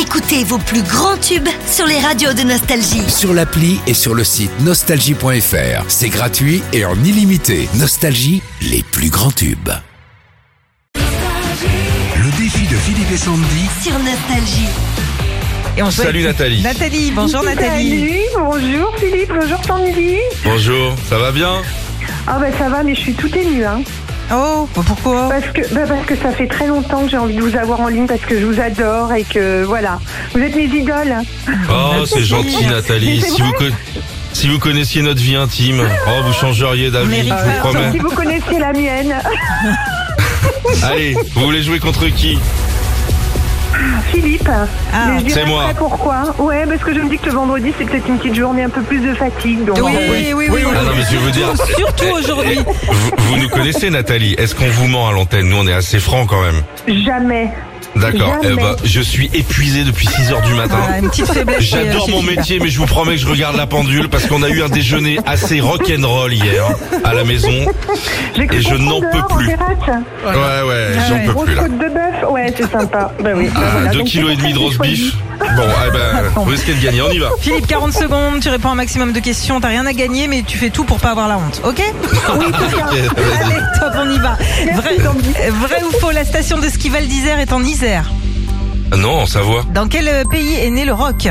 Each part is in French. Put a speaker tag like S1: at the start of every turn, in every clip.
S1: Écoutez vos plus grands tubes sur les radios de Nostalgie.
S2: Sur l'appli et sur le site nostalgie.fr. C'est gratuit et en illimité. Nostalgie, les plus grands tubes.
S3: Le défi de Philippe et Sandy.
S1: Sur Nostalgie.
S4: Et on souhaite-
S5: Salut Nathalie.
S4: Nathalie, bonjour Nathalie.
S6: Salut, bonjour Philippe, bonjour Tanguy.
S5: Bonjour, ça va bien
S6: Ah bah ça va, mais je suis tout émue, hein.
S4: Oh, bah pourquoi
S6: Parce que, bah parce que ça fait très longtemps que j'ai envie de vous avoir en ligne, parce que je vous adore et que voilà, vous êtes mes idoles.
S4: Bah,
S5: Oh, c'est gentil Nathalie.
S6: Mais c'est
S5: Si vous, con- si vous connaissiez notre vie intime, oh, vous changeriez d'avis,
S4: mérite
S5: je vous
S4: pas.
S5: promets.
S6: Si vous connaissiez la mienne,
S5: Allez, vous voulez jouer contre qui
S6: Philippe.
S4: Ah,
S6: mais je dirais
S5: c'est moi.
S6: pas pourquoi. Ouais, parce que je me dis que le vendredi c'est peut-être une petite journée un peu plus de fatigue. Donc
S4: Oui,
S6: euh,
S4: oui, oui. oui.
S5: Ah non, mais je veux dire,
S4: Surtout aujourd'hui.
S5: vous, vous nous connaissez Nathalie. Est-ce qu'on vous ment à l'antenne Nous, on est assez francs quand même.
S6: euh, jamais.
S5: D'accord. Eh
S6: Jamais.
S5: ben, je suis épuisé depuis 6 heures du
S4: Ah,
S5: matin.
S4: une petite faiblesse.
S5: J'adore
S4: chez-
S5: mon
S4: chez
S5: métier, mais je vous promets que je regarde la pendule parce qu'on a eu un déjeuner assez rock'n'roll hier à la maison.
S6: J'ai cru
S5: Et je
S6: comprendre
S5: n'en peux
S6: dehors, en
S5: plus.
S6: terrasse.
S5: Ouais, ouais, j'en peux
S6: Grosse
S5: plus là.
S6: côte de bœuf, ouais, c'est sympa. Bah oui. bah voilà.
S5: 2
S6: Donc,
S5: Ah, kilos et demi de
S6: c'est
S5: roast
S6: pour ça que j'ai
S5: beef. Bon, eh ben, vous risquez de gagner, on y va.
S4: Philippe, 40 secondes, tu réponds un maximum de questions, t'as rien à gagner, mais tu fais tout pour pas avoir la honte, ok Allez, top, on y va. Vrai, vrai ou faux, la station de ski Val d'Isère est en Isère.
S5: Ah Non, en Savoie.
S4: Dans quel euh, pays est né le rock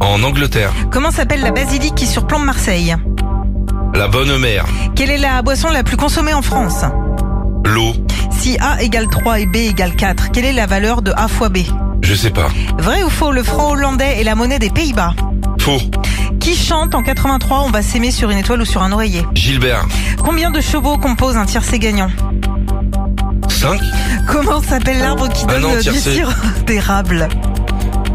S5: En Angleterre.
S4: Comment s'appelle la basilique qui surplombe Marseille
S5: La bonne mère.
S4: Quelle est la boisson la plus consommée en France
S5: L'eau.
S4: Si A égale 3 et B égale 4, quelle est la valeur de A fois B
S5: Je sais pas.
S4: Vrai ou faux, le franc hollandais est la monnaie des Pays-Bas
S5: Faux.
S4: Qui chante en 83 On va s'aimer sur une étoile ou sur un oreiller
S5: Gilbert.
S4: Combien de chevaux compose un tiercé gagnant
S5: 5.
S4: Comment s'appelle l'arbre qui
S5: Ah
S4: donne
S5: non,
S4: euh, du
S5: tiercé.
S4: sirop d'érable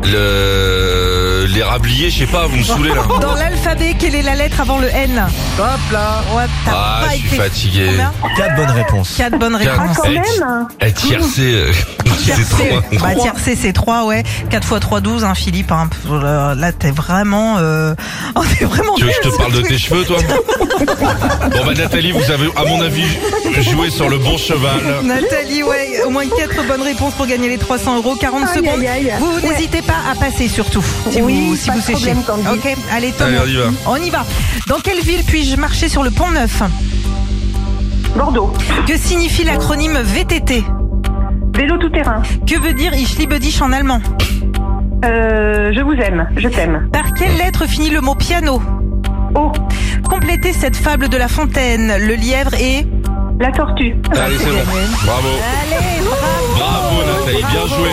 S5: Le... L'érablier, je sais pas, vous me saoulez là.
S4: Dans l'alphabet, quelle est la lettre avant le N
S7: Hop là
S4: Ouais, t'as
S5: Ah,
S4: pas
S5: je suis
S4: été-
S5: fatigué.
S4: Combien
S7: Quatre bonnes réponses.
S4: Quatre bonnes
S5: Quatre.
S4: réponses.
S6: Quand
S5: Eh, ti-
S6: même.
S5: eh, tiercé, euh, c'est
S4: Tiercé,
S5: trois.
S4: bah, tiercé, c'est 3, ouais. 4 fois 3, 12, hein, Philippe. hein. Pff, Là, t'es vraiment. Euh... Oh, t'es vraiment.
S5: Tu veux que je
S4: nul,
S5: te
S4: ce
S5: parle de
S4: truc.
S5: tes cheveux, toi Bon, bah, Nathalie, vous avez, à mon avis, joué sur le bon cheval.
S4: Nathalie, ouais, au moins 4 bonnes réponses pour gagner les 300 euros, 40
S6: Aïe,
S4: secondes.
S6: aïe, aïe.
S4: Vous
S6: Ouais.
S4: n'hésitez pas à passer surtout, si
S6: Oui,
S4: vous, si
S6: pas
S4: vous
S6: de
S4: séchez.
S6: problème, Tanguy.
S4: ok, allez, Tom,
S5: Allez, on y va.
S4: on y va. Dans quelle ville puis-je marcher sur le pont Neuf
S6: Bordeaux.
S4: Que signifie l'acronyme VTT
S6: Vélo tout terrain.
S4: Que veut dire Ich liebe dich en allemand
S6: Euh, je vous aime, je t'aime.
S4: Par quelle lettre finit le mot piano
S6: Oh,
S4: Complétez cette fable de La Fontaine. Le lièvre est...
S6: la tortue.
S5: Allez, c'est bon. Bravo.
S4: Allez,
S5: Bravo, Nathalie, bien joué.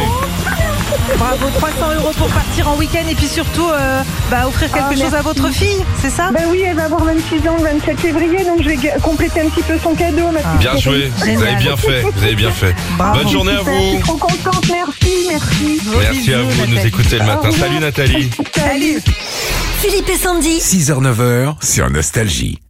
S4: bravo, 300 euros pour partir en week-end et puis surtout euh, bah, offrir quelque
S6: Oh,
S4: chose à votre fille, c'est ça
S6: Ben oui, elle va avoir 26 ans le 27 février, donc je vais ga- compléter un petit peu son cadeau. Ma petite
S5: Bien
S6: chérie.
S5: joué. Vous avez
S4: Génial.
S5: bien fait. Vous avez bien fait.
S4: Bravo.
S5: Bonne journée à
S6: Super, Je
S5: vous.
S6: suis trop contente, merci, merci.
S4: Gros
S5: Merci à
S4: bisous,
S5: vous de nous
S4: Nathalie.
S5: écouter le matin.
S6: Au revoir.
S5: Salut Nathalie.
S6: Salut.
S1: Philippe et Sandy.
S2: 6h, 9h sur Nostalgie.